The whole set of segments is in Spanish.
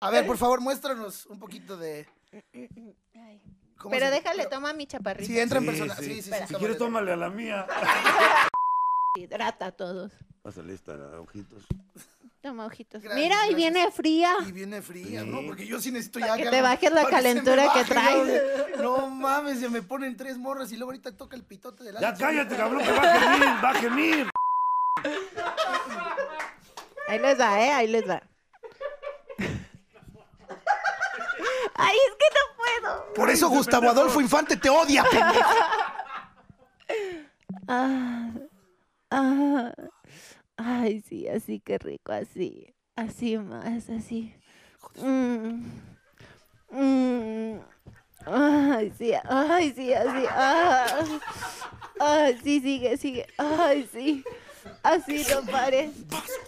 A ver, por favor, muéstranos un poquito de. Ay. cómo Pero se- déjale, pero- toma mi chaparrito. Sí, entra en Sí, persona. sí. Sí, sí, sí. Espera. Si toma- quieres, tómale a la mía. Hidrata a todos. Pásale esta, ojitos. Toma ojitos. Gracias, Mira, ahí gracias. viene fría. Y viene fría, Sí. ¿no? Porque yo sí necesito Para ya. que ganas- te bajes la para se me calentura que baje, traes. ¿no? No mames, se me ponen tres morras y luego ahorita toca el pitote de la. Ya cállate, cabrón, que baje mil, baje mil. Ahí les va, ¿eh? Ahí les va. Ay, es que no puedo. Por eso Gustavo Adolfo Infante te odia, pendejo. Ah, ah. Ay, sí, así que rico, así. Así más, así. Mm. Mm. Ay, sí, ay, sí, así. Ah. Ay, sí, sigue, sigue. Ay, sí. Así no pares.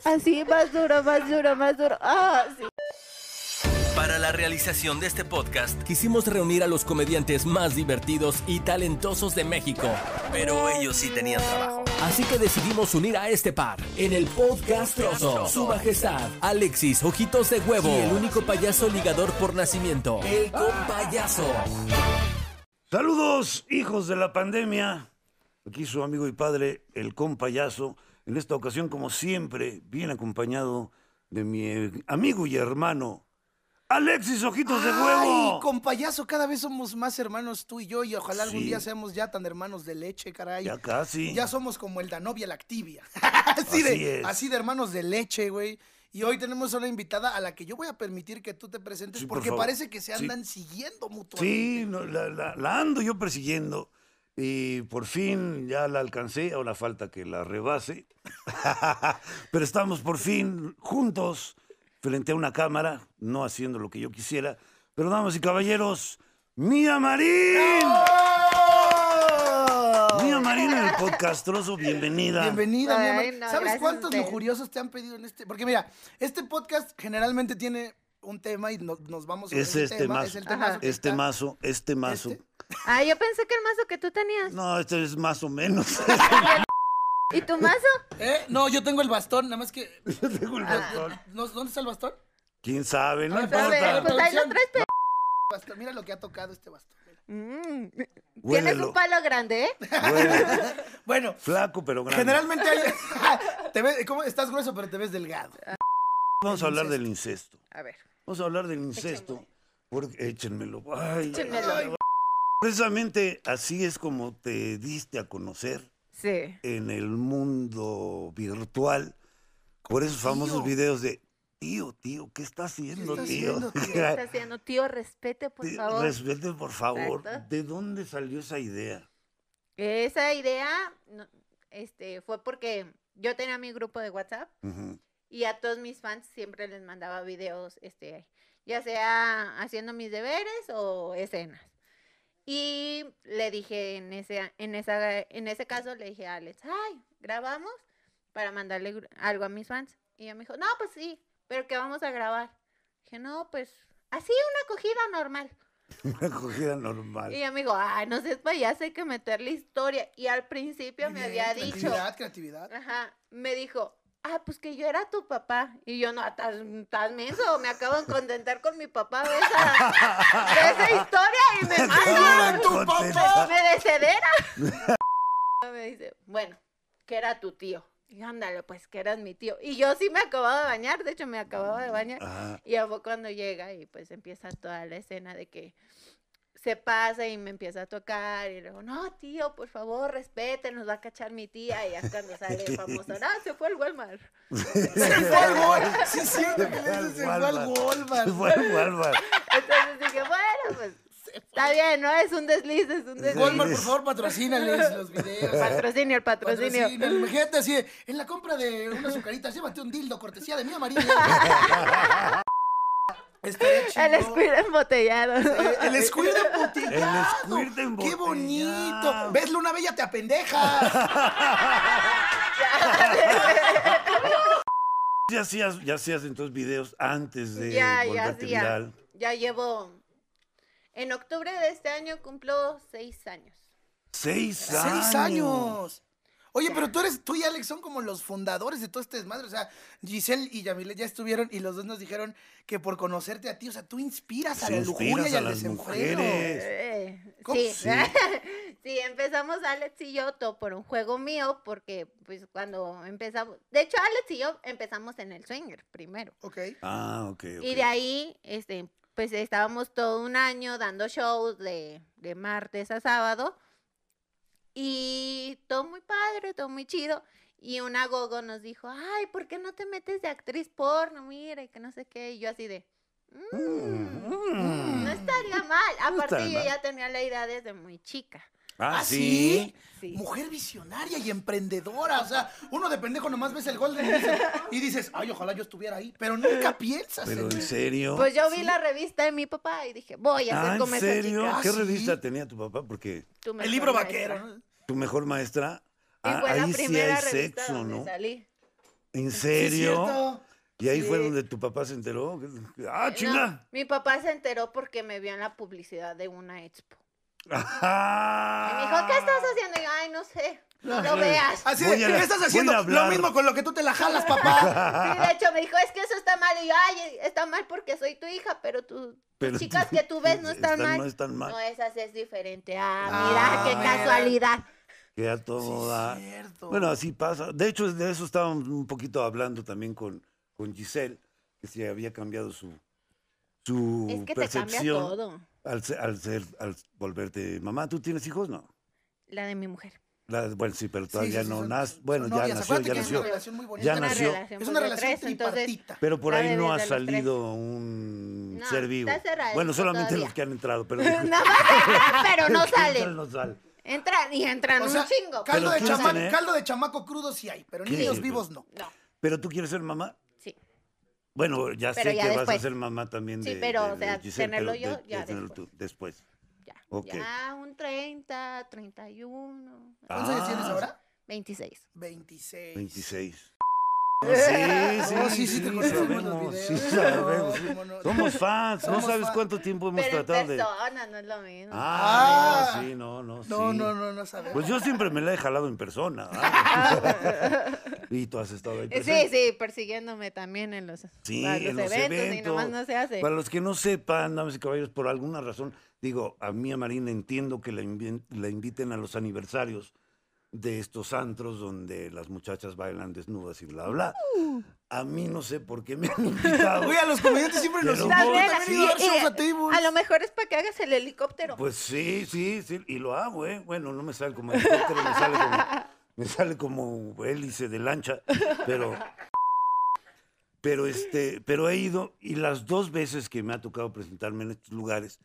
Así más duro, más duro, más duro. Ah, sí. Para la realización de este podcast, quisimos reunir a los comediantes más divertidos y talentosos de México. Pero ellos sí tenían trabajo. Así que decidimos unir a este par en el podcast Trozo. Su Majestad, Alexis Ojitos de Huevo, y el único payaso ligador por nacimiento, el compayaso. Saludos, hijos de la pandemia. Aquí su amigo y padre, el compayazo. En esta ocasión, como siempre, bien acompañado de mi eh, amigo y hermano, Alexis Ojitos de Ay, Huevo. con payaso, cada vez somos más hermanos tú y yo. Y ojalá algún Sí. día seamos ya tan hermanos de leche, caray. Ya casi. Ya somos como el Danobia y la Activia. así, Así de, es. así de hermanos de leche, güey. Y hoy tenemos a una invitada a la que yo voy a permitir que tú te presentes Sí, por porque favor. parece que se Sí. andan siguiendo mutuamente. Sí, no, la, la- la ando yo persiguiendo. Y por fin ya la alcancé, ahora falta que la rebase. Pero estamos por fin juntos, frente a una cámara, no haciendo lo que yo quisiera. Pero damas y caballeros, Mía Marín. Mía Marín en el podcastroso, bienvenida. ¡Oh! Bienvenida, mi amor. Ay, no, ¿Sabes gracias a cuántos ustedes. lujuriosos te han pedido en este? Porque mira, este podcast generalmente tiene un tema y no- nos vamos sobre Es ese este tema, más. Es el Ajá. temazo que Este está- mazo, este mazo. Este. Ah, yo pensé que el mazo que tú tenías. No, este es más o menos. ¿Y tu mazo? ¿Eh? No, yo tengo el bastón, nada más que. Yo tengo el bastón. ¿no- ¿Dónde está el bastón? ¿Quién sabe? No A ver, a A ver, ver, importa. pues ahí lo traes, pero- Bastón, Mira lo que ha tocado este bastón. mira. Mm. Tienes Huélelo. un palo grande, ¿eh? Huélelo. Bueno, Flaco, pero grande. generalmente hay. te ves, ¿cómo? Estás grueso, pero te ves delgado. Vamos a hablar del incesto. A ver. Vamos a hablar del incesto. Porque, échenmelo. Ay, Échenmelo. Precisamente así es como te diste a conocer Sí. en el mundo virtual. Por esos famosos videos de, tío, tío, ¿qué está haciendo, ¿Qué está tío? haciendo, tío? ¿Qué está haciendo? Tío, respete, por Sí, favor. Respete, por favor. Exacto. ¿De dónde salió esa idea? Esa idea no, este, fue porque yo tenía mi grupo de WhatsApp Ujú. y a todos mis fans siempre les mandaba videos, este, ya sea haciendo mis deberes o escenas. Y le dije en ese, en esa, en ese caso le dije a Alex, ay, grabamos para mandarle gr- algo a mis fans. Y ella me dijo, no, pues sí, pero ¿qué vamos a grabar? Dije, no, pues así una acogida normal. Una acogida normal. Y ella me dijo, ay, no seas payaso, hay que meter la historia. Y al principio me Bien, había dicho, Creatividad, creatividad. ajá, me dijo, ah, pues que yo era tu papá. Y yo, no, estás, estás menso, me acabo de contentar con mi papá de esa, de esa historia y me mata. Ahora contenta. me decedera. me dice, bueno, que era tu tío. Y yo, ándale, pues que eras mi tío. Y yo sí me acababa de bañar, de hecho me acababa de bañar. Ajá. Y ya fue cuando llega y pues empieza toda la escena de que se pasa y me empieza a tocar y luego, no, tío, por favor, respete, nos va a cachar mi tía. Y ya es cuando sale el famoso, no, se fue el Walmart. Se fue al Wal- Sí, es cierto que le dices, se fue al Se Walmart. fue al Walmart. Entonces dije, bueno, pues está bien, ¿no? Es un desliz, es un desliz. Walmart, por favor, patrocínales los videos. Patrocinio, el patrocinio. Patrocina. Imagínate así, de, en la compra de unas azucaritas, llévate un dildo, cortesía de mía María. Estaría El chingón. squid embotellado. Eh, El squirt embotellado. El squirt ¡Qué embotellado. bonito! ¡Ves, Luna Bella, te apendeja! Ya hacías, ya hacías entonces videos antes de ya, ya, volverte hacía. viral. Ya llevo, en octubre de este año cumplo seis años. Seis años. ¡Seis años! Oye, pero tú eres, tú y Alex son como los fundadores de todo este desmadre. O sea, Giselle y Yamilet ya estuvieron y los dos nos dijeron que por conocerte a ti, o sea, tú inspiras a Sí, la lujuria inspiras y a al las desenfreno. mujeres. Eh, ¿Cómo? Sí. Sí. Sí, empezamos Alex y yo to- por un juego mío, porque pues cuando empezamos, de hecho Alex y yo empezamos en el swinger primero. Ok. Ah, ok. ok. Y de ahí, este, pues estábamos todo un año dando shows de, de martes a sábado. Y todo muy padre, todo muy chido. Y una gogo nos dijo, ay, ¿por qué no te metes de actriz porno? Mira, y que no sé qué. Y yo así de, "Mm, Mm, no mm. estaría mal. Aparte, estaría yo mal. ya tenía la idea desde muy chica. Ah, ¿Ah, sí? sí. Sí. Mujer visionaria y emprendedora. O sea, uno de pendejo nomás ves el Golden y dices, y dices, ay, ojalá yo estuviera ahí. Pero nunca piensas Pero en en serio. Pues yo vi la revista de mi papá y dije, voy a ah, hacer ¿en como esa serio? chica. Ah, ¿Qué sí. revista tenía tu papá? Porque Tu mejor el libro maestra. vaquero. ¿no? tu mejor maestra. Y ah, fue la ahí sí hay primera revista sexo, donde ¿no? salí. ¿En Sí, es serio? cierto. y ahí fue Sí. donde tu papá se enteró. ¡Ah, No, chinga! mi papá se enteró porque me vio en la publicidad de una expo. Y me dijo, ¿qué estás Ah. haciendo? Y yo, ay, no sé, no lo veas. Así Voy de, a- ¿qué estás voy a haciendo? Lo hablar. mismo con lo que tú te la jalas, papá. ah, Sí, de hecho me dijo, es que eso está mal. Y yo, ay, está mal porque soy tu hija, pero tú- tus Pero chicas tú- que tú ves no están, están- mal. no están mal. No, esas es diferente. Ah, Ah, mira, qué mira. casualidad. Que a todo Sí, dar. cierto. Bueno, así pasa. De hecho, de eso estábamos un poquito hablando también con, con Giselle, que se había cambiado su, su Es que te cambia percepción todo. Al, se- al, ser, al volverte mamá. ¿Tú tienes hijos? No. La de mi mujer. La- bueno, sí, pero Sí, todavía sí, sí, no son- nace. son Bueno, ya novias. nació, Acuérdate ya que Es nació. una relación muy bonita. Ya Es una nació. relación, Es una pues, de relación tres, entonces- tripartita. Pero por La ahí no bebé ha de los tres. salido un No, ser vivo. está cerradito Bueno, solamente todavía. los que han entrado, pero. No, pero no Es que salen. No salen. Entran y entran O sea, un chingo. caldo, Pero de quién chama- tiene, ¿eh? caldo de chamaco crudo sí hay, pero Sí. niños Sí. vivos no. No, Pero tú quieres ser mamá. sí. Bueno, ya Pero sé ya que vas a después. ser mamá también Sí, de, pero, de- o sea, de Giselle, pero tenerlo yo de- de ya tenerlo después. tú después. Ya, Ok. ya un 30, 31, ¿Cuántos años tienes Ah, ahora? 26. 26. 26. Oh, sí, sí, te conocemos los sabemos, videos. sí No, sabemos, sí. cómo no. Somos fans, Somos no sabes fan. cuánto tiempo hemos Pero en tratado de... persona no es lo mismo. Ah, Ah. no, sí, no, no, sí. No, no, no, no sabemos. Pues yo siempre me la he jalado en persona. ¿ah? y tú has estado ahí Eh, presente. Sí, sí, persiguiéndome también en los, pues Sí, a en los eventos. y nomás no se hace. Para los que no sepan, damas y caballeros, por alguna razón, digo, a mí a Marina entiendo que la, invien- la inviten a los aniversarios de estos antros donde las muchachas bailan desnudas y bla, bla. Uh. A mí no sé por qué me han invitado. Güey, a los comediantes siempre nos Pero- invitan También, también sí, a dar shows eh, a tables. a lo mejor es para que hagas el helicóptero. Pues sí, sí, sí, y lo hago, ¿eh? Bueno, no me sale como helicóptero, me sale como, me sale como hélice de lancha, pero, pero este, pero he ido y las dos veces que me ha tocado presentarme en estos lugares,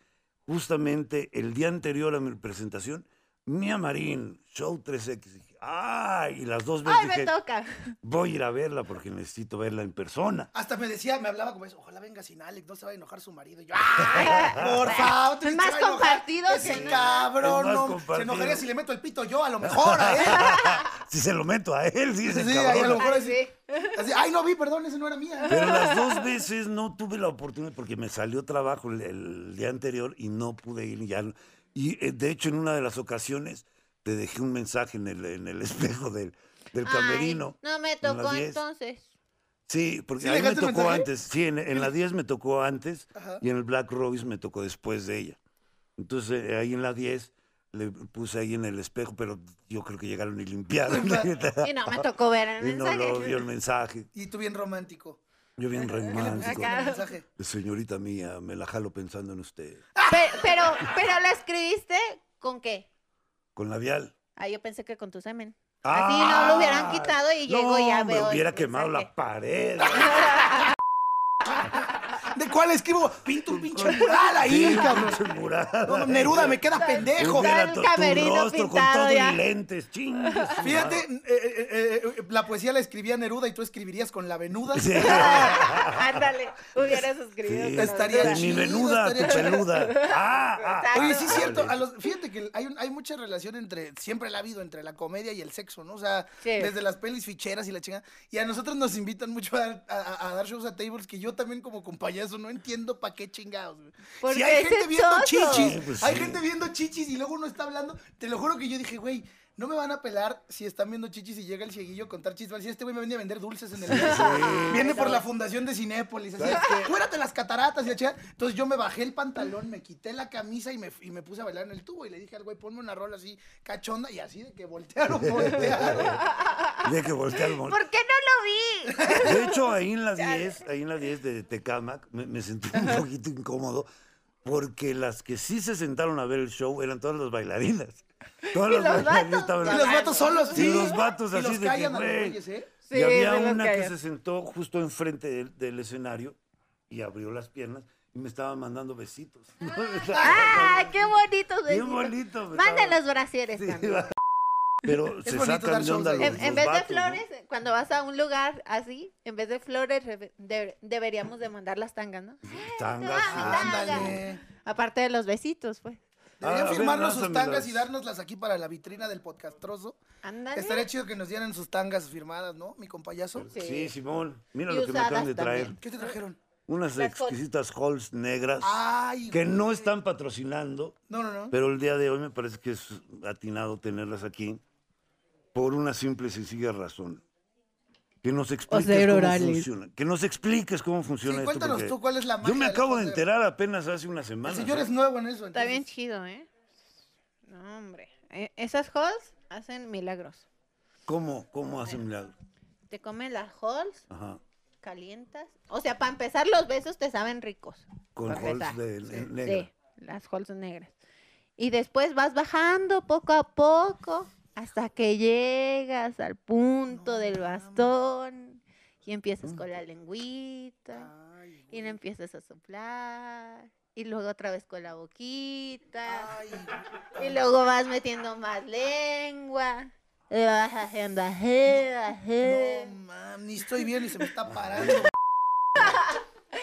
justamente el día anterior a mi presentación, Mía Marín, Show 3X, dije, ¡ah! Y las dos veces Ay, me dije, toca. voy a ir a verla porque necesito verla en persona. Hasta me decía, me hablaba como eso, ojalá venga sin Alex, no se va a enojar su marido. Y yo, ¡ay! Por favor, Es se más va a enojar compartido ese que nada. cabrón, Es más no, se compartido. enojaría si le meto el pito yo, a lo mejor, a él. si se lo meto a él, sí, se Sí, ahí a lo mejor Ay, así, sí. así, ay, no vi, perdón, ese no era mía. Pero las dos veces no tuve la oportunidad porque me salió trabajo el, el día anterior y no pude ir ya. Y eh, de hecho en una de las ocasiones te dejé un mensaje en el, en el espejo del, del Ay, camerino. no me en las tocó 10. entonces. Sí, porque ¿Sí a mí me dejaste tocó mensaje? antes. Sí, en, en la 10 me tocó antes Ajá. y en el Black Rose me tocó después de ella. Entonces eh, ahí en la 10 le puse ahí en el espejo, pero yo creo que llegaron y limpiaron. Y no me tocó ver el y no mensaje. lo vio el mensaje. Y tú bien romántico. Yo bien romántico. Pusiste el mensaje. Señorita mía, me la jalo pensando en usted. Pe- pero, pero lo escribiste con qué? Con labial. Ah, yo pensé que con tu semen. Así Ah, no lo hubieran quitado y yo llego y ya veo me el hubiera quemado mensaje. Ah, la pared. ¿De cuál escribo? Pinto un pinche mural ahí, Sí, cabrón. pinche murada. No, Neruda, me queda pendejo. Está Hubiera el to- camerino tu rostro con pintado todo ya. y lentes, chingue su Fíjate, madre. eh, eh, eh, eh, la poesía la escribía Neruda y tú escribirías con la venuda. Sí. Ándale, hubiera suscribido. Sí, con estaría la de mi chido, venuda, tu estaría chido. peluda. Ah, ah, ah, Oye, sí es cierto, a órale. los, fíjate que hay, un- hay mucha relación entre, siempre la ha habido, entre la comedia y el sexo, ¿no? O sea, Sí. desde las pelis ficheras y la chingada. Y a nosotros nos invitan mucho a, a- a dar shows a tables que yo también como con payaso no entiendo para qué chingados. güey. Porque Si hay es gente viendo sexoso. chichis, Sí, pues hay sí. gente viendo chichis y luego uno está hablando, te lo juro que yo dije, güey, No me van a pelar si están viendo chichis y llega el cieguillo a contar chistes. Si este güey me venía a vender dulces en el Viene por la fundación de Cinépolis. Así, fuera de las cataratas y la chingada. Entonces yo me bajé el pantalón, me quité la camisa y me, y me puse a bailar en el tubo. Y le dije al güey, ponme una rola así cachonda. Y así de que voltearon, voltearon. De que voltear al mon- ¿Por qué no lo vi? De hecho, ahí en las 10, ahí en las 10 de Tecamac, me, me sentí un poquito incómodo porque las que sí se sentaron a ver el show eran todas las bailarinas. Todas las los vatos. y estaban los vatos solos, Y sí. los vatos Y así los de que, callan a los güey. güeyes, ¿eh? Sí, y había de los una que que hay. se sentó justo enfrente del, del escenario y abrió las piernas y me estaba mandando besitos. ¡Ah, qué bonito! Bien besitos. bonito, me Manden estaba- los brasieres Sí, también. va. Pero Es se bonito dar sacan de shows onda ahí. los En, los en vez de vatos, ¿no? flores, cuando vas a un lugar así, en vez de flores, rebe- de- deberíamos de mandar las tangas, ¿no? Tangas, sí. Ah, Ándale. Aparte de los besitos, pues. Deberían Ah, a ver, firmarnos sus lánzamelas. tangas y dárnoslas aquí para la vitrina del podcastroso. Ándale. Estaría chido que nos dieran sus tangas firmadas, ¿no, mi compayazo? Sí. Sí, Simón. Mira Y lo que me acaban usadas de traer. también. ¿Qué te trajeron? Unas Las Ah, Halls. exquisitas halls negras Ay, que güey. no están patrocinando, No, no, no. pero el día de hoy me parece que es atinado tenerlas aquí por una simple y sencilla razón. Que nos expliques ser cómo orales. funciona. Que nos expliques cómo funciona Sí, esto. cuéntanos porque tú cuál es la Yo magia me del acabo de poder. enterar apenas hace una semana. El señor ¿eh? es nuevo en eso. Está entonces. bien chido, ¿eh? No, hombre. Eh, esas halls hacen milagros. ¿Cómo, cómo hace milagro? Te comes las halls, Ajá. calientas. O sea, para empezar, los besos te saben ricos. Con Para halls empezar. de Sí. ne- negra. Sí, las halls negras. Y después vas bajando poco a poco hasta que llegas al punto del bastón y empiezas con la lengüita Ay, y le güey. empiezas a soplar y luego otra vez con la boquita Ay, y luego vas metiendo más lengua. y vas haciendo ají, ají, no, mam, ni estoy bien ni se me está parando.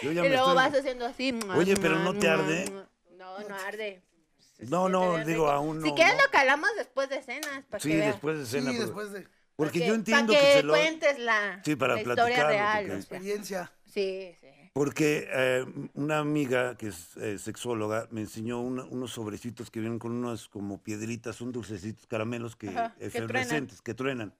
Yo ya Y me luego estoy- vas haciendo así. Oye, pero ¿no te arde? No, no arde. Se No, siente no, bien digo, rico. aún Si no, quieres no. lo calamos después de cenas. Para Sí, que veas. después de Sí, cena. porque- después de Porque Pa' yo pa' entiendo que, que, se lo... cuentes la, Sí, para la historia platicarlo, real. porque- o sea. experiencia. Sí, sí. Porque eh, una amiga que es eh, sexóloga me enseñó una- unos sobrecitos que vienen con unas como piedritas, son dulcecitos, caramelos que Ajá, que truenan. efervescentes, que truenan.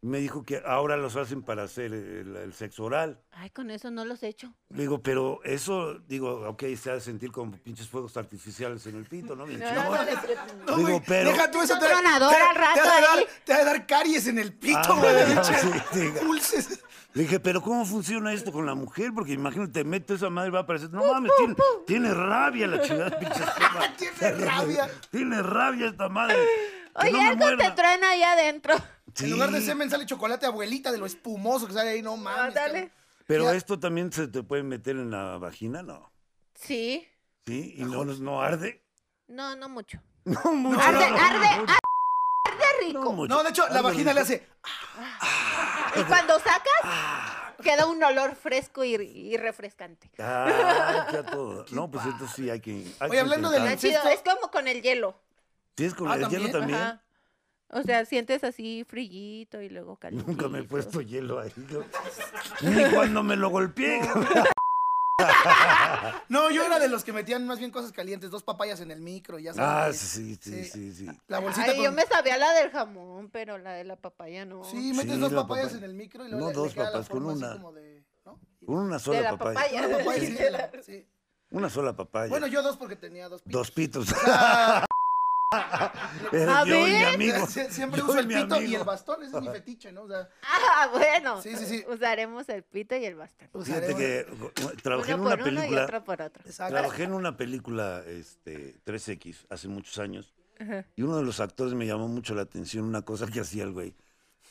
Me dijo que ahora los hacen para hacer el, el sexo oral. Ay, con eso no los he hecho. Le digo, pero eso, digo, ok, se hace sentir como pinches fuegos artificiales en el pito, ¿no? Bien No, chingón. no les preocupa. No, Digo, güey, pero- Deja tú eso. Un Te, te, tronador al rato te ha de ahí. dar, te ha de dar caries en el pito, Ah, güey. de no, echar sí, diga. Dulces. Le dije, pero ¿cómo funciona esto con la mujer? Porque imagínate, te meto esa madre, va a aparecer. No mames, tiene, tiene rabia la chingada, pinche escoba. Tiene rabia. Tiene rabia esta madre. Que Oye, no me algo muerda. te truena ahí adentro. En lugar de Sí, semen sale chocolate abuelita de lo espumoso que sale ahí. Ah, No mames. Ándale. Pero Ya. esto también se te puede meter en la vagina, ¿no? Sí. ¿Sí? ¿Y no, no arde? No, no mucho. No, mucho. Arde, no, arde, arde, no, rico. mucho. No, de hecho, la Arde vagina le rico. hace. Y cuando sacas, queda un olor fresco y, y refrescante. Ah, ya todo. No, pues entonces sí hay que. hay Oye, que hablando de la- Está intentar. Sí, chido. esto- Es como con el hielo. Sí, es con Ah, el hielo también. Ajá. O sea, sientes así frillito y luego caliente. Nunca me he puesto hielo ahí. yo. Ni cuando me lo golpeé. pues, cabrón. ah, No, yo era de los que metían más bien cosas calientes, dos papayas en el micro, y ya Ah, sabes. sí, sí, sí, sí. La bolsita Ay, yo con- me sabía la del jamón, pero la de la papaya no. Sí, metes Sí, dos la papayas papaya. en el micro y luego No le- le dos queda la papas, con forma así una. como de- ¿no? Con una de sola la papaya. papaya. Una papaya, sí, Sí. de la- sí. Una sola papaya. Bueno, yo dos porque tenía dos pitos. Dos pitos. Ah, Era A yo y mi ver. amigo. sie- Siempre Yo uso y el mi pito y amigo. el bastón, ese es mi fetiche, ¿no? O sea, Ah, bueno. Sí, sí, sí. Usaremos el pito y el bastón. usaré Fíjate un- que uh, trabajé en uno una por uno y película. otro por otro. Exacto. Trabajé en una película este, 3X hace muchos años y uno de los actores me llamó mucho la atención una cosa que hacía el güey.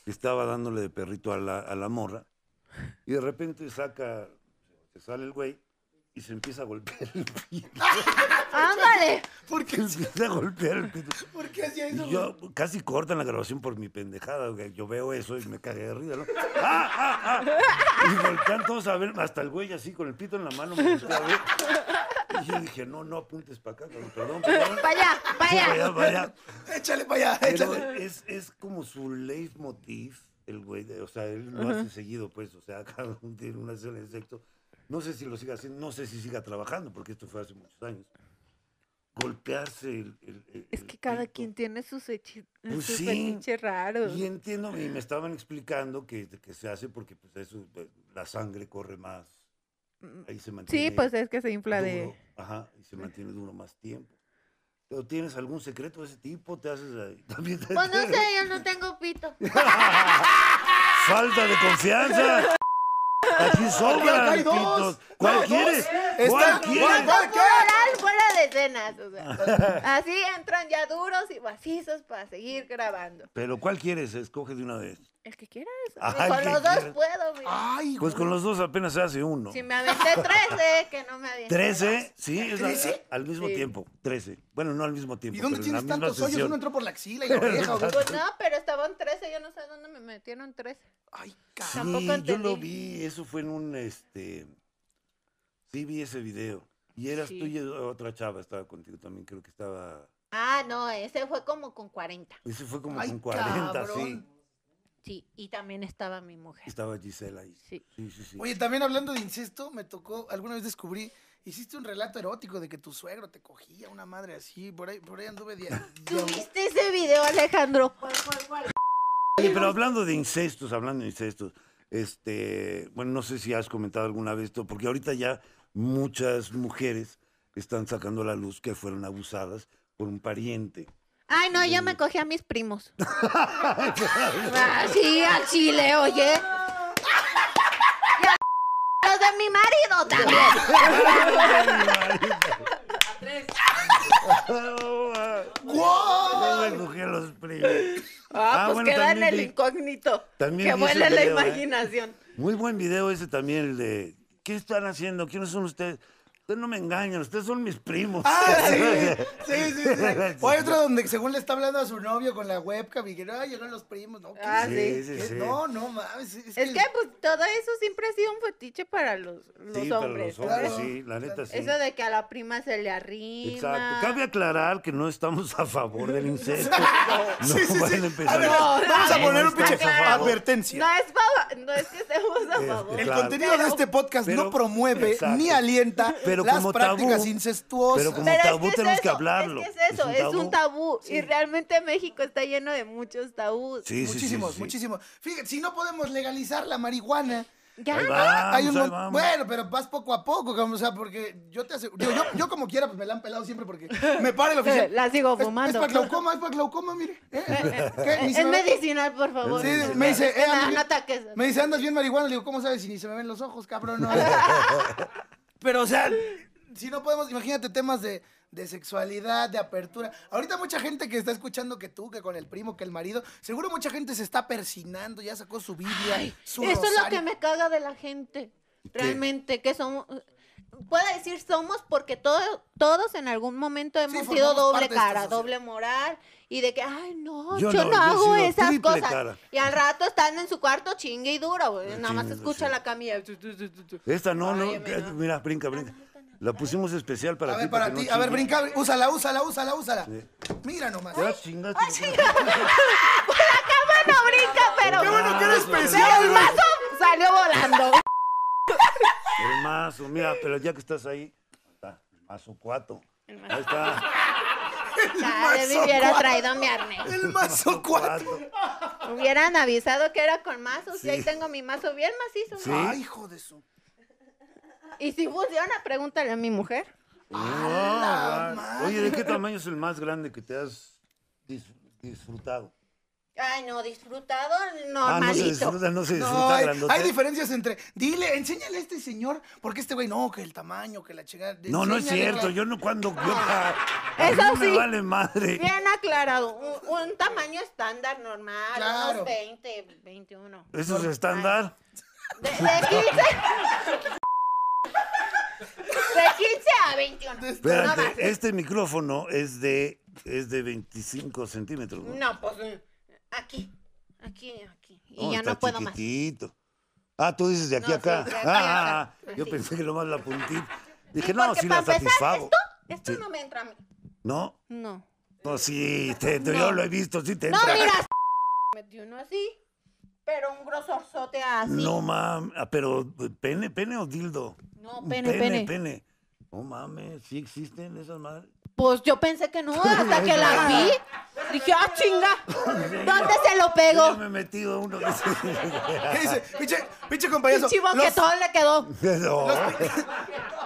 que Estaba dándole de perrito a la, a la morra y de repente saca, se sale el güey y se empieza a golpear el pito. Ándale. ¿Por Se qué, empieza a golpear el pito. por qué hacía eso? Y yo casi cortan la grabación por mi pendejada. güey. Yo veo eso y me cagué de risa. ¿no? ¡Ah, ah, ah! Y voltean todos a ver, hasta el güey así con el pito en la mano me voltea a ver. Y yo dije, no, no apuntes para acá, cabrón, perdón, perdón. Para allá, para Sí, allá. vaya, vaya. Échale para allá, Pero échale. es, es como su leitmotiv, el güey. de- o sea, él no hace seguido, pues. O sea, cada uno tiene una escena de sexo. No sé si lo siga haciendo, no sé si siga trabajando, porque esto fue hace muchos años. golpearse. el- el- el- Es el que cada pito. quien tiene sus, hechi- Pues sus sí. fetiches raros. Y entiendo, y me estaban explicando que, que se hace porque pues, eso, pues, la sangre corre más. Mm, Ahí se mantiene Sí, pues es que se infla de... duro, Ajá, y se mantiene duro más tiempo. ¿Pero tienes algún secreto de ese tipo? ¿Te haces ahí? También te Pues no sé, enteras. yo no tengo pito. ¡Falta de confianza! Aquí acá sobran hay dos. pitos. No, ¿Cuál dos. quieres? Está- ¿Cuál quieres? ¿Cuál qué? Oral fuera de escenas. o sea. pues, así entran ya duros y macizos para seguir grabando. Pero ¿cuál quieres? Escoge de una vez. El que quieras. Ay, con Ah, que los dos quieras. puedo, mira. Ay, Pues con los dos apenas se hace uno. Si me aventé 13, que no me aventé. Trece, sí, es la- ¿Trece? al mismo Sí. tiempo. Trece. Bueno, no al mismo tiempo. ¿Y dónde pero en la tienes misma tantos hoyos? sesión. Uno entró por la axila y la oreja. güey. Pues no, pero estaban 13, yo no sé dónde me metieron 13. Ay, cabrón. Tampoco Sí, yo lo entendí. vi, eso fue en un, este, sí vi ese video. Y eras Sí. tú y otra chava estaba contigo también, creo que estaba, Ah, no, ese fue como con 40. ese fue como Ay, con 40, sí. cabrón. Sí, y también estaba mi mujer. Estaba Gisela ahí. Sí. Sí, sí, sí. Oye, también hablando de incesto, me tocó, alguna vez descubrí, hiciste un relato erótico de que tu suegro te cogía una madre así, por ahí, por ahí anduve de- de- ¿Tuviste ese video, Alejandro? Oye, pero hablando de incestos, hablando de incestos, este, bueno, no sé si has comentado alguna vez esto, porque ahorita ya muchas mujeres están sacando a la luz que fueron abusadas por un pariente. Ay, no, yo me cogí a mis primos. Así, al chile, oye. Y a los de mi marido también. ¡Wow! me cogí a los primos. Ah, pues bueno, queda en también el vi- incógnito. también Que vi ese vuela la video, ¿eh? imaginación. Muy buen video ese también, el de ¿qué están haciendo? ¿Quiénes son ustedes? Ustedes no me engañan, ustedes son mis primos. Ah, sí, sí, sí, sí. O hay otro donde según le está hablando a su novio con la webcam y que no, llegaron los primos, no, ¿qué Ah, es- sí. qué sí, es? sí. no, no mames. Es que pues todo eso siempre ha sido un fetiche para los, los Sí, para hombres. los hombres, claro. sí, la neta sí. Eso de que a la prima se le arrima. Exacto. Cabe aclarar que no estamos a favor del incesto. No, Sí, sí, van sí. a empezar. A ver, No, vamos a no, poner un estamos pinche a favor. advertencia. No es, fa- no es que estemos a Este, favor. El Claro. contenido de Pero- este podcast no pero- promueve exacto. ni alienta Pero las como tabú, prácticas incestuosas. pero como- Pero tabú es que tenemos es que eso, hablarlo. Es que es eso, es un tabú. Y Sí. realmente México está lleno de muchos tabús. Sí, sí, sí, muchísimos, sí, sí. muchísimos. Fíjate, si no podemos legalizar la marihuana, Ya, Ahí hay vamos, un Ah, pues ahí mon- vamos. Bueno, pero vas poco a poco, como, o sea, porque yo te aseguro. digo, yo, yo como quiera, pues me la han pelado siempre porque me para el oficial. La sigo Es- Es, fumando. para glaucoma, es para glaucoma, mire. ¿Eh? ¿Qué? Ni es se me- medicinal, por favor. Sí, medicinal. me dice, Es que eh, me dan amigo, ataques. me dice, andas bien marihuana. Le digo, ¿cómo sabes si ni se me ven los ojos, cabrón? No. Pero, o sea, si no podemos, imagínate temas de, de sexualidad, de apertura. Ahorita mucha gente que está escuchando que tú, que con el primo, que el marido, seguro mucha gente se está persinando, ya sacó su Biblia, su Eso es lo rosario. que me caga de la gente. Realmente, que somos. Puedo decir somos porque todos, todos en algún momento hemos sido formamos doble parte de esta cara, sociedad. doble moral y de que, ay, no, yo, Yo no, no, yo he hago sido esas triple cosas. cara. Y al rato están en su cuarto chingue y duro, güey. Nada más Chingue, escucha sí. la camilla. tu, tu, tu, tu, tu. Esta no, no. Ay, mira. Mira, brinca, brinca. La pusimos especial para A ti. ver, para que no ti, a ver, chingues. brinca, br- úsala, úsala, úsala, úsala. Sí. Mira nomás. Ya chingaste. No brinca, pero. Qué bueno que era pero el especial, güey. mazo salió volando. El mazo, mira, pero ya que estás ahí, ahí está, el mazo cuatro. Ahí está. Chale, me hubiera traído mi arnés. El mazo cuatro. Hubieran avisado que era con mazos y ahí tengo mi mazo bien macizo. Sí. Ay, hijo de su. Y si funciona, pregúntale a mi mujer. Ah, Oye, ¿de qué tamaño es el más grande que te has dis- disfrutado? Ay, no, disfrutado, Ah, no se normalito. disfruta, no se No, disfruta hay, grandote. hay diferencias entre. Dile, enséñale a este señor, porque este güey no, que el tamaño, que la chingada. No, no es Enséñale, cierto. güey. Yo no cuando. yo- a Ah. Eso mí me sí. vale madre. Bien aclarado, un, un tamaño estándar normal, Claro. unos 20, 21. Eso es estándar. De, de 15. De 15 a 21. No, Espérate, más. este micrófono es de es de 25 centímetros. ¿no? no, pues mm, aquí, aquí, aquí. Y Oh, ya está no puedo más. chiquitito. Ah, tú dices de aquí No, a acá. sí, de aquí a ah, acá. ah, ah. yo Sí. pensé que lo más la puntita. Dije, Sí, no, porque sí para la empezar, satisfago. Esto, esto Sí. no me entra a mí. No, No. no, sí, te- te- yo lo he visto, sí te No, entra. mira, metí uno así, pero un grosorzote así. No, mam, ah, pero pene, pene o dildo. No, pene, pene. pene. No mames, sí existen esas madres. Pues yo pensé que no, hasta que la vi. Dije, ah, chinga, ¿dónde se lo Yo pegó? me he metido uno que se- ¿Qué dice? Pinche, pinche compayazo. Pinche los- que todo le quedó. No,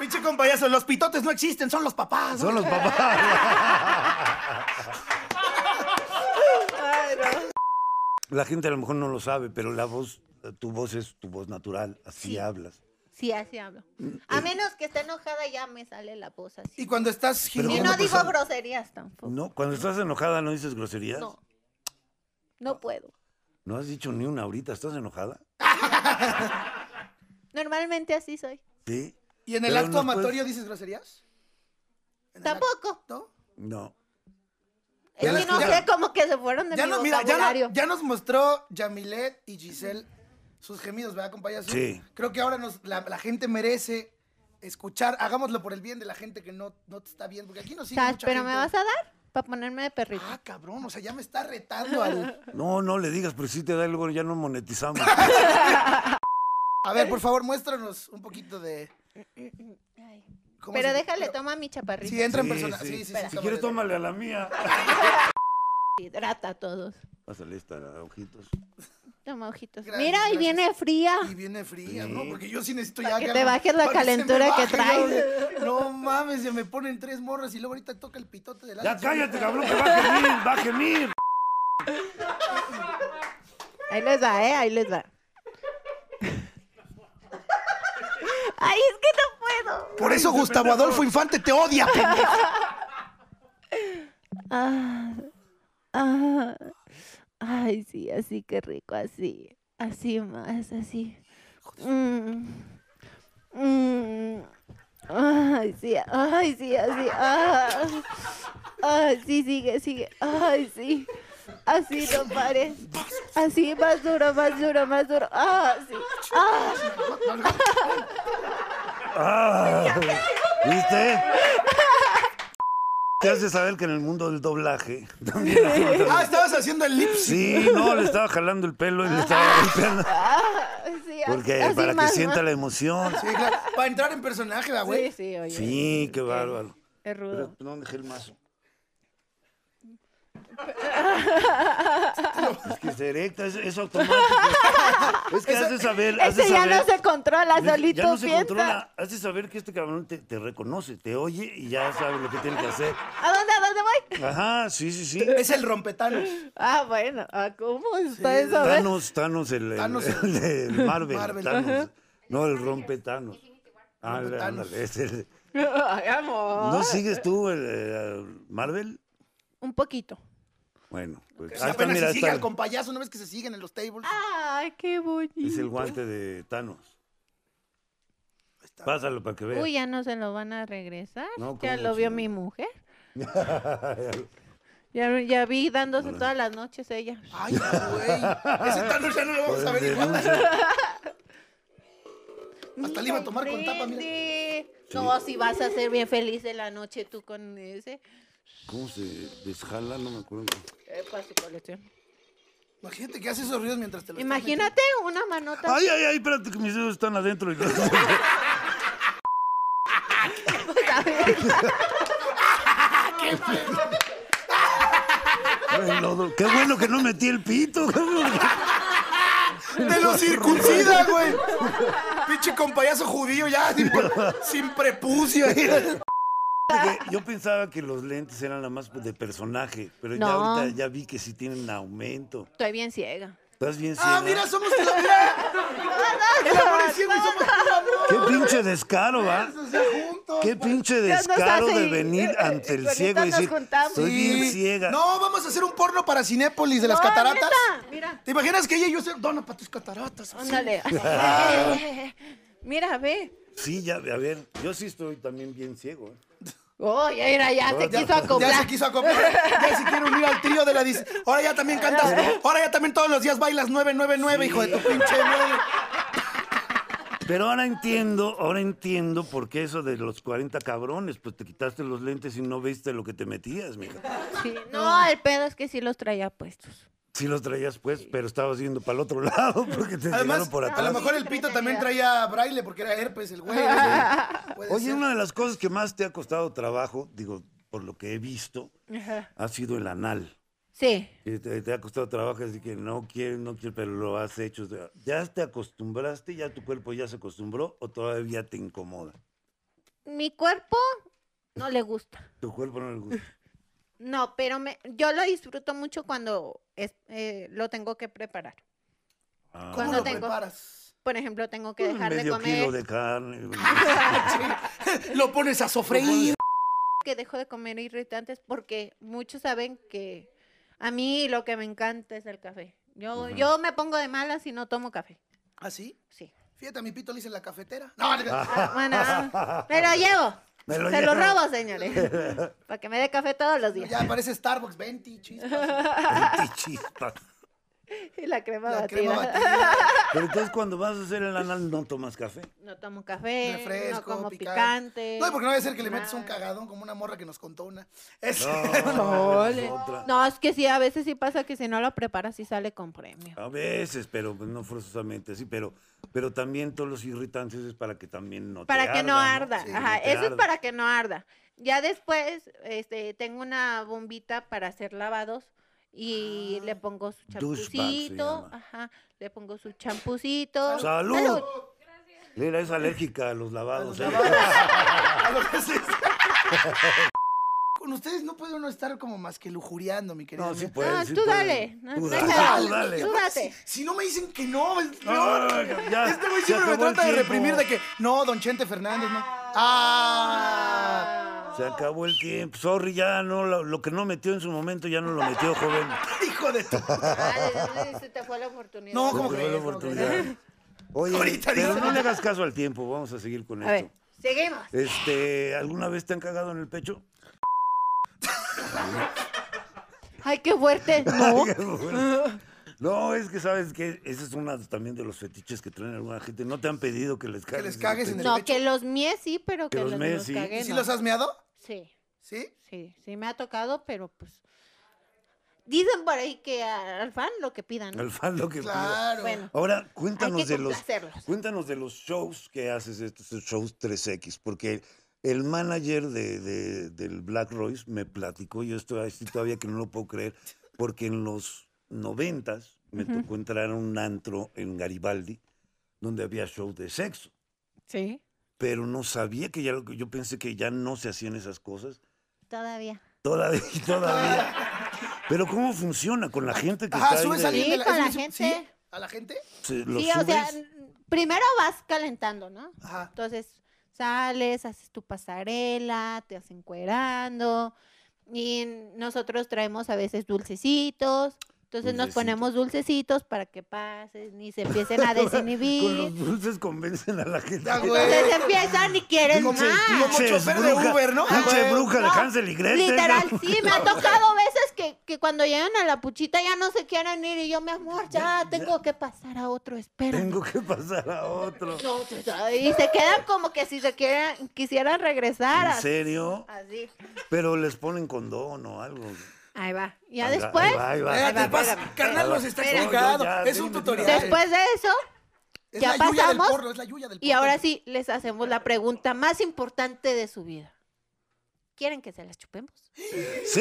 Pinche compayazo, los pitotes no existen, son los papás. son los papás. Ay, no. La gente a lo mejor no lo sabe, pero la voz, tu voz es tu voz natural, así Sí. hablas. Sí, así hablo. A menos que esté enojada ya me sale la voz así. Y cuando estás Pero Y gimiendo, pues, no ¿cómo digo pasó? groserías tampoco. No, cuando estás enojada no dices groserías. No. No puedo. No has dicho ni una ahorita, ¿estás enojada? Normalmente así soy. Sí. ¿Y en el Pero acto nos amatorio dices groserías? ¿En el acto? Tampoco. ¿No? No. Es Ya que las- no ya- sé, como que se fueron de Ya, mi nos, mira, ya, no- vocabulario. ya nos mostró Yamilet y Giselle sus gemidos, ¿verdad, compayazo? Sí. Creo que ahora nos, la, la gente merece escuchar. Hagámoslo por el bien de la gente que no, no te está viendo, porque aquí nos sigue ¿Sabes? mucha Pero gente. me vas a dar para ponerme de perrito. Ah, cabrón, o sea, ya me está retando al... No, no le digas, porque si te da algo ya no monetizamos. A ver, por favor, muéstranos un poquito de... Ay. cómo Pero se- déjale, pero- toma mi chaparrito. Sí, entra en Sí, persona. sí. Sí, sí, sí. Espera. sí, si quieres, cámara. tómale a la mía. Hidrata a todos. Pásale esta, ojitos. Toma ojitos. Gracias, Mira, y gracias. viene fría. Y viene fría, ¿no? Sí. Porque yo sí necesito Para ya que algo- te bajes la para se me calentura que baje, No, No mames, se me ponen tres morras y luego ahorita toca el pitote del Ya Alex. cállate, cabrón, que va a gemir, va a gemir. Ahí les va, ¿eh? Ahí les va. Ay, es que no puedo. Por eso Gustavo Adolfo Infante te odia, pendejo. Ah, ah, ay, sí, así que rico, así, así más, así. Mm, mm, ay, sí, ay, sí, así. Ah, ay, sí, sigue, sigue. Ay, sí. Así no pares. Así más duro, más duro, más duro. Ah, sí. Ah, Ah, ¿Viste? Te hace saber que en el mundo del doblaje también la gente- Ah, estabas haciendo el lips. Sí, no, le estaba jalando el pelo y le estaba golpeando. Sí, Porque así para que más, sienta más. la emoción. Sí, claro. Para entrar en personaje, la güey. Sí, sí, oye. Sí, qué bárbaro. Es rudo. no dejé el mazo. Es que se erecta, es, es automático. Es que hace saber. hace Este ya saber- no se controla, Mira, solito ya no se piensa. controla. Hace saber que este cabrón te, te reconoce, te oye y ya sabe lo que tiene que hacer. ¿A dónde, a dónde voy? Ajá, sí, sí, sí. Es el rompetanos. Ah, bueno, ah, ¿cómo está Sí, eso? ¿ves? Thanos, Thanos, el, el- Thanos, el- el Marvel. Marvel. Thanos. No, el rompe Thanos. Ah, Rompe ándale, Thanos. Ah. es el- Ay, amor. ¿No sigues tú el, eh, Marvel? Un poquito. Bueno, pues, O sea, ahí está, apenas mira, se sigue está al compayazo, ¿no ves que se siguen en los tables? Ay, qué bonito. es el guante de Thanos. Pásalo para que veas. Uy, ya no se lo van a regresar. No, ya ¿cómo lo vio chingado? mi mujer. Ya, ya vi dándose todas las noches ella. Ay, güey. Ese Thanos ya no lo vamos a ver igual. le iba a tomar con tapa, mira. mira. No, si vas a ser bien feliz en la noche tú con ese. ¿Cómo se desjala? No me acuerdo. Eh, para su colección. Imagínate que hace esos ruidos mientras te lo estás Imagínate una manota. Ay, ay, ay, espérate que mis dedos están adentro. y los- Ay, lodo. Qué bueno que no metí el pito. cabrón. ¡Te lo circuncida, güey! Pinche compayazo judío ya, sin, sin prepucio. Porque Yo pensaba que los lentes eran nada más de personaje, pero ya No. ahorita ya vi que sí tienen aumento. Estoy bien ciega. ¿Estás bien ¡Ah, ciega? mira, somos de la mira! ¡El amor es ciego y somos puro amor! ¡Qué pinche descaro, va! O sea, juntos. ¡Qué pinche Ya nos descaro hace de y- venir eh, ante el solita ciego y nos decir, juntamos. estoy bien ciega! No, vamos a hacer un porno para Cinépolis de las No, cataratas. neta, Mira, ¿Te imaginas que ella y yo ser dona para tus cataratas? así? ándale. mira, ve. Sí, ya, a ver, yo sí estoy también bien ciego. ¿eh? Oh, ya, mira, ya se Ya- quiso Ya acoplar. se quiso acoplar. Ya se quiere unir al trío de la dis. Ahora ya también cantas. Ahora ya también todos los días bailas 999, hijo de tu pinche madre. Pero ahora entiendo, ahora entiendo por qué eso de los 40 cabrones, pues te quitaste los lentes y no viste lo que te metías, mija. Sí, No, el pedo es que sí los traía puestos. Sí los traías, pues, pero estabas yendo para el otro lado porque te Además, llegaron por a atrás. lo mejor el pito también traía braille porque era herpes el güey. Puede Oye, ser. una de las cosas que más te ha costado trabajo, digo, por lo que he visto, Ajá. ha sido el anal. Sí. Eh, Te, te ha costado trabajo, así que no quieres, no quieres, pero lo has hecho. O sea, ¿Ya te acostumbraste? ¿Ya tu cuerpo ya se acostumbró o todavía te incomoda? Mi cuerpo no le gusta. Tu cuerpo no le gusta. No, pero me, yo lo disfruto mucho cuando es- eh, lo tengo que preparar. Ah, pues, ¿Cómo Cuando lo tengo- preparas? Por ejemplo, tengo que dejar de medio comer, kilo de carne. Lo pones a sofreír. que dejo de comer irritantes porque muchos saben que a mí lo que me encanta es el café. Yo, Ujú. yo me pongo de malas si no tomo café. ¿Así? Sí. ¿Ah, Fíjate, a mi pito le hice en la cafetera. No, Ah, bueno, me lo llevo. Me lo Se llevo. lo robo, señores. para que me dé café todos los días. ya parece Starbucks, 20 chispas. Chispas. Y la crema La batida. crema batida. Pero entonces cuando vas a hacer el anal no tomas café. No tomo café, no refresco, como picante. picante. No, porque no va a ser que le metes un nada. cagadón como una morra que nos contó una. Es- No, esa es otra. No, es que sí, a veces sí pasa que si no lo preparas sí sale con premio. A veces, pero pues, no forzosamente, sí, pero, pero también todos los irritantes es para que también no te Para que no arda, arda. Sí, Ajá, no te eso es arda. para que no arda. Ya después, este, tengo una bombita para hacer lavados y le pongo su Ah. Douchebag se champucito. llama. Ajá, le pongo su champucito. ¡Salud! Mira, es alérgica a los lavados. ¿eh? a lo que se- Con ustedes no puede uno estar como más que lujuriando, mi querido. No, sí amigo. puedes. No, sí tú puedes. dale, no, Tú no dale. hay Tú pedo. dale. Tú date. Ah, Si, si no me dicen que no, es- No, no, no, no, no, ya, este güey se siempre me acabó el trata de tiempo. reprimir de que no, don Chente Fernández, no. ¡Ah! Se acabó el tiempo. Sorry, ya no, lo, lo que no metió en su momento ya no lo metió, joven. Hijo de tu. Ay, se te fue la oportunidad. No, ¿cómo Se perdió la crees? ¿Cómo oportunidad. Oye, Ahorita pero dice. no le hagas caso al tiempo, vamos a seguir con A ver, esto. seguimos. Este, ¿alguna vez te han cagado en el pecho? Ay, qué fuerte. No. No, es que sabes que ese es uno también de los fetiches que traen alguna gente. No te han pedido que les cagues. les cagues en el- No, pecho? que los míes sí, pero Que que, los los, míes los sí. cagué, ¿Y si no. los has meado? Sí, ¿Sí? sí, sí me ha tocado, pero pues... Dicen por ahí que a- al fan lo que pidan. ¿no? Al fan lo que pida. Claro. Bueno, Ahora, cuéntanos de los complacerlos. cuéntanos de los shows que haces, estos shows 3X, porque el manager de, de- del Black Royce me platicó, yo estoy así todavía que no lo puedo creer, porque en los noventas me tocó entrar a un antro en Garibaldi donde había shows de sexo. Sí. pero no sabía que ya lo que yo pensé que ya no se hacían esas cosas. Todavía. Todavía, y todavía. Pero ¿cómo funciona con la gente que Ajá, está ahí subes de- a alguien Sí, de la, con la ¿sí? gente. ¿A la gente? se- los sí, o sea, subes? n- primero vas calentando, ¿no? Ajá. Entonces sales, haces tu pasarela, te hacen cuerando. Y nosotros traemos a veces dulcecitos. Entonces nos Dulcecitos. ponemos dulcecitos para que pasen y se empiecen a Con los desinhibir. dulces convencen a la gente. Ya, güey. Entonces empiezan y quieren Como- más. como chofer de Uber, ¿no? Pinche Ah, bruja de No, Hansel y Gretel. Literal, ¿no? sí, me ha tocado veces que, que cuando llegan a la puchita ya no se quieren ir y yo, mi amor, ya, tengo que pasar a otro, espera. Tengo que pasar a otro. Y se quedan como que si se quieran, quisieran regresar. ¿En así. serio? Así. Pero les ponen condón o algo. Ahí va. Ya Ahí va, después, ahí va, ahí va. Espérate, Ahí va, pasa. espérame. Carnal nos está No, yo explicando. ya Es estoy un metido. tutorial. después de eso, Es ya la lluvia del pasamos. porro, es la lluvia del porro. y ahora sí, les hacemos la pregunta más importante de su vida. ¿Quieren que se las chupemos? ¡Sí!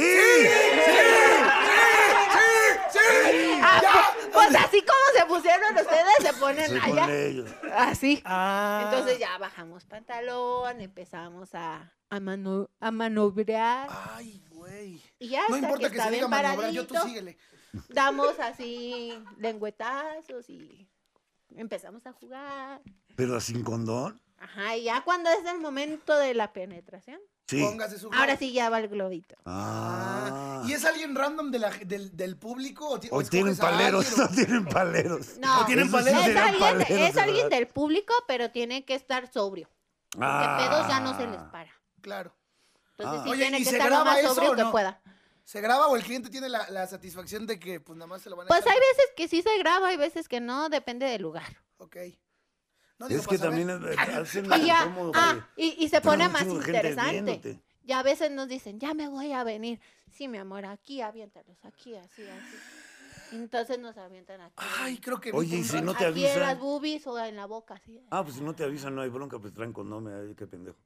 Ah, pues, pues así como se pusieron ustedes, se ponen Se allá. ponen ellos. Así. Ah. Entonces ya bajamos pantalón, empezamos a, a, mano- a manobrear. Ay, güey. Y ya Ah. No hasta importa que, está se bien diga manobrar, yo tú paradito. síguele. damos así lengüetazos y empezamos a jugar. Pero sin condón. Ajá, y ya cuando es el momento de la penetración, Sí. Póngase su. ahora sí ya va el globito. Ah. Ah. ¿Y es alguien random de la- del, del público? ¿O, ti- o O tienen escoges a paleros, alguien, no o- tienen paleros. No, tienen es, paleros, es tienen alguien, paleros, es alguien ¿verdad? del público, pero tiene que estar sobrio. Porque pedos ya no se les para. Claro. Entonces Ah. sí Ah. Oye, tiene ¿y que se estar lo graba más eso sobrio o que no? pueda. ¿Se graba o el cliente tiene la, la satisfacción de que pues nada más se lo van a Pues echar? hay veces que sí se graba, hay veces que no, depende del lugar. Ok. No, digo, Es que para saber. también es- hacen Y ya, incómodo. ah, y, y se Pero pone un más chingo de gente interesante. viéndote. Y a veces nos dicen, ya me voy a venir. Sí, mi amor, aquí, aviéntalos, aquí, así, así. Entonces nos avientan aquí. Ay, creo que. vi Oye, y un si no rato. te aquí en las avisan. boobies o en la boca, así. Ah, pues si no te avisan, no hay bronca, pues traen condón, ay, qué pendejo.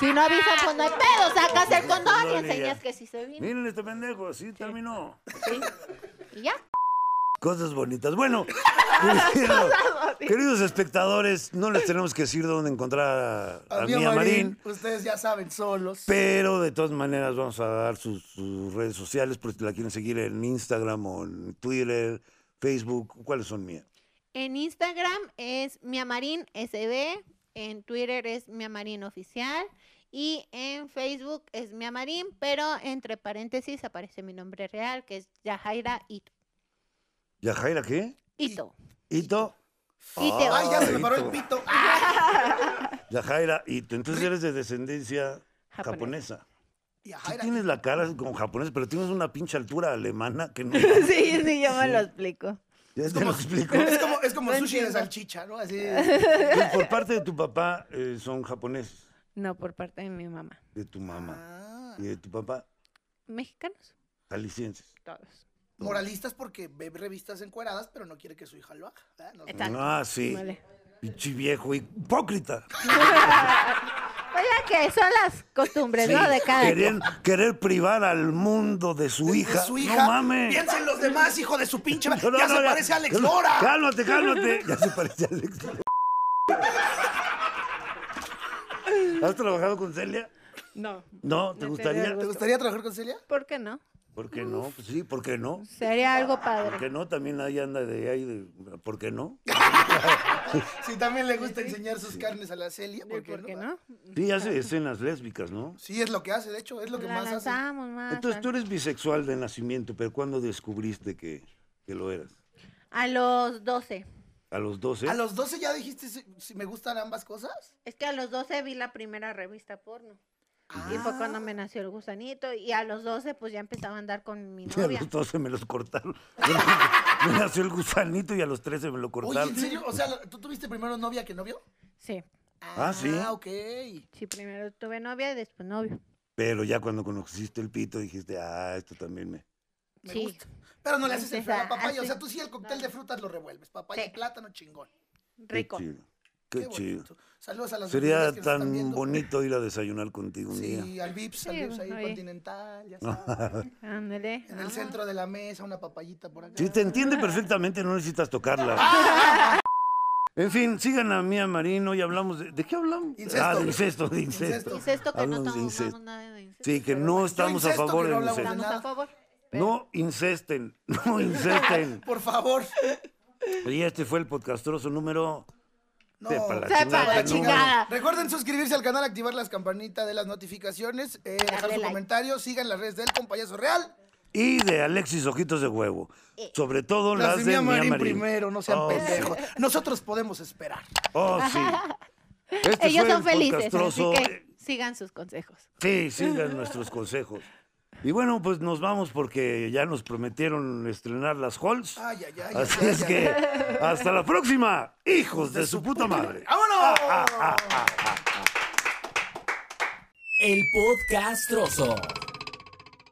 Si no avisan, pues no hay pedo. Sacas el condón y Condón y enseñas ya. que sí se vino. Miren este pendejo, así terminó. ¿sí? Y ya. Cosas bonitas. Bueno, querido- queridos espectadores, no les tenemos que decir dónde encontrar a, a Adiós, Mía Marín. Ustedes ya saben, solos. Pero de todas maneras vamos a dar sus, sus redes sociales por si la quieren seguir en Instagram o en Twitter, Facebook. ¿Cuáles son mías? En Instagram es miamarín sb, en Twitter es miamarín oficial y en Facebook es miamarín, pero entre paréntesis aparece mi nombre real que es Yajaira Ito. ¿Yajaira qué? Ito. ¿Ito? Iteo. Ay, ya se me Ay, paró tú. el pito. Ah, Yajaira Ito. Entonces eres de descendencia japonesa. y a Tú Jaira, tienes la cara como japonesa, pero tienes una pinche altura alemana que no... Sí, sí, yo me lo explico. Ya te lo explico. Es como, es como No sushi de entiendo. salchicha, ¿no? Así. Pues por parte de tu papá eh, son japoneses, No, por parte de mi mamá. de tu mamá Ah, y de tu papá Mexicanos, jaliscienses. todos. Moralistas porque ve revistas encueradas, pero no quiere que su hija lo haga. ¿verdad? No sé. Exacto. Ah, sí. Vale. Pinche viejo hipócrita. Oiga Pues que son las costumbres, Sí, ¿no? De cada querer, querer privar al mundo de su De hija. su hija. No mames. Piensen los demás, hijo de su pinche. ma- No, no, ya no, se parece a Alex ya- Lora. Cálmate, cálmate. Ya se parece a Alex Lora. ¿Has trabajado con Celia? No. No, ¿te No gustaría? tengo ¿Te gustaría trabajar con Celia? ¿Por qué no? ¿Por qué no? Pues sí, ¿por qué no? Sería algo ¿Por padre. qué no? También ahí anda de ahí. de- ¿Por qué no? Sí, también le gusta enseñar sus carnes a la Celia. ¿Por qué, ¿Por qué no? no? Sí, hace escenas lésbicas, ¿no? Sí, es lo que hace, de hecho, es lo que La más hace. lanzamos más. Entonces al- tú eres bisexual de nacimiento, pero ¿cuándo descubriste que, que lo eras? A los 12. ¿A los 12? ¿A los 12 ya dijiste si, si me gustan ambas cosas? Es que a los 12 vi la primera revista porno. Y fue cuando me nació el gusanito. Y a los 12, pues ya empezaba a andar con mi A novia. los 12 me los cortaron. me nació el gusanito y a los 13 me lo Oye, cortaron. ¿en serio? O sea, ¿tú tuviste primero novia que novio? Sí, Ah, sí. Ah, ok. sí, primero tuve novia y después novio. Pero ya cuando conociste el pito dijiste, ah, esto también me... Me sí. gusta. Pero no le haces el feo a la Esa, papaya. O así. sea, tú sí el cóctel de frutas lo revuelves. Papaya Sí. y plátano chingón. Qué Rico. chido. Qué, Qué, chido. bonito. Saludos a las Sería hormigas que nos están tan viendo. bonito ir a desayunar contigo un día. Sí, al Vips, al Sí, Vips ahí oye. continental, ya sabes. Ándale. En el ah. centro de la mesa, una papayita por acá. Si te entiende perfectamente, no necesitas tocarla. En fin, sigan a Mía Marino y hablamos de... ¿De qué hablamos? Incesto. Ah, de incesto, de Incesto. incesto. Incesto que Hablamos no de tomamos incesto. nada de incesto. Sí, que pero no bueno, estamos a incesto que no favor del hablamos de incesto. Estamos nada. a favor. No incesten, no incesten. Por favor. Y este fue el podcastroso número. No. Sepa la Sepa chingada, la ¿no? chingada. Recuerden suscribirse al canal, activar las campanitas de las notificaciones, eh, dejar su like. comentario, sigan las redes del compayazo real. Y de Alexis Ojitos de Huevo. Sobre todo las, Las de de Mía Marín Marín. primero, no sean Oh, pendejos. Nosotros podemos esperar. Oh, sí. Este Ellos fue son el felices, así podcastroso. que sigan sus consejos. Sí, sigan nuestros consejos. Y bueno, pues nos vamos porque ya nos prometieron estrenar las halls. Ay, ay, ay, Así ay, es ay, que hasta la próxima, hijos de, su puta madre. ¡Vámonos! Ah, El podcast trozo.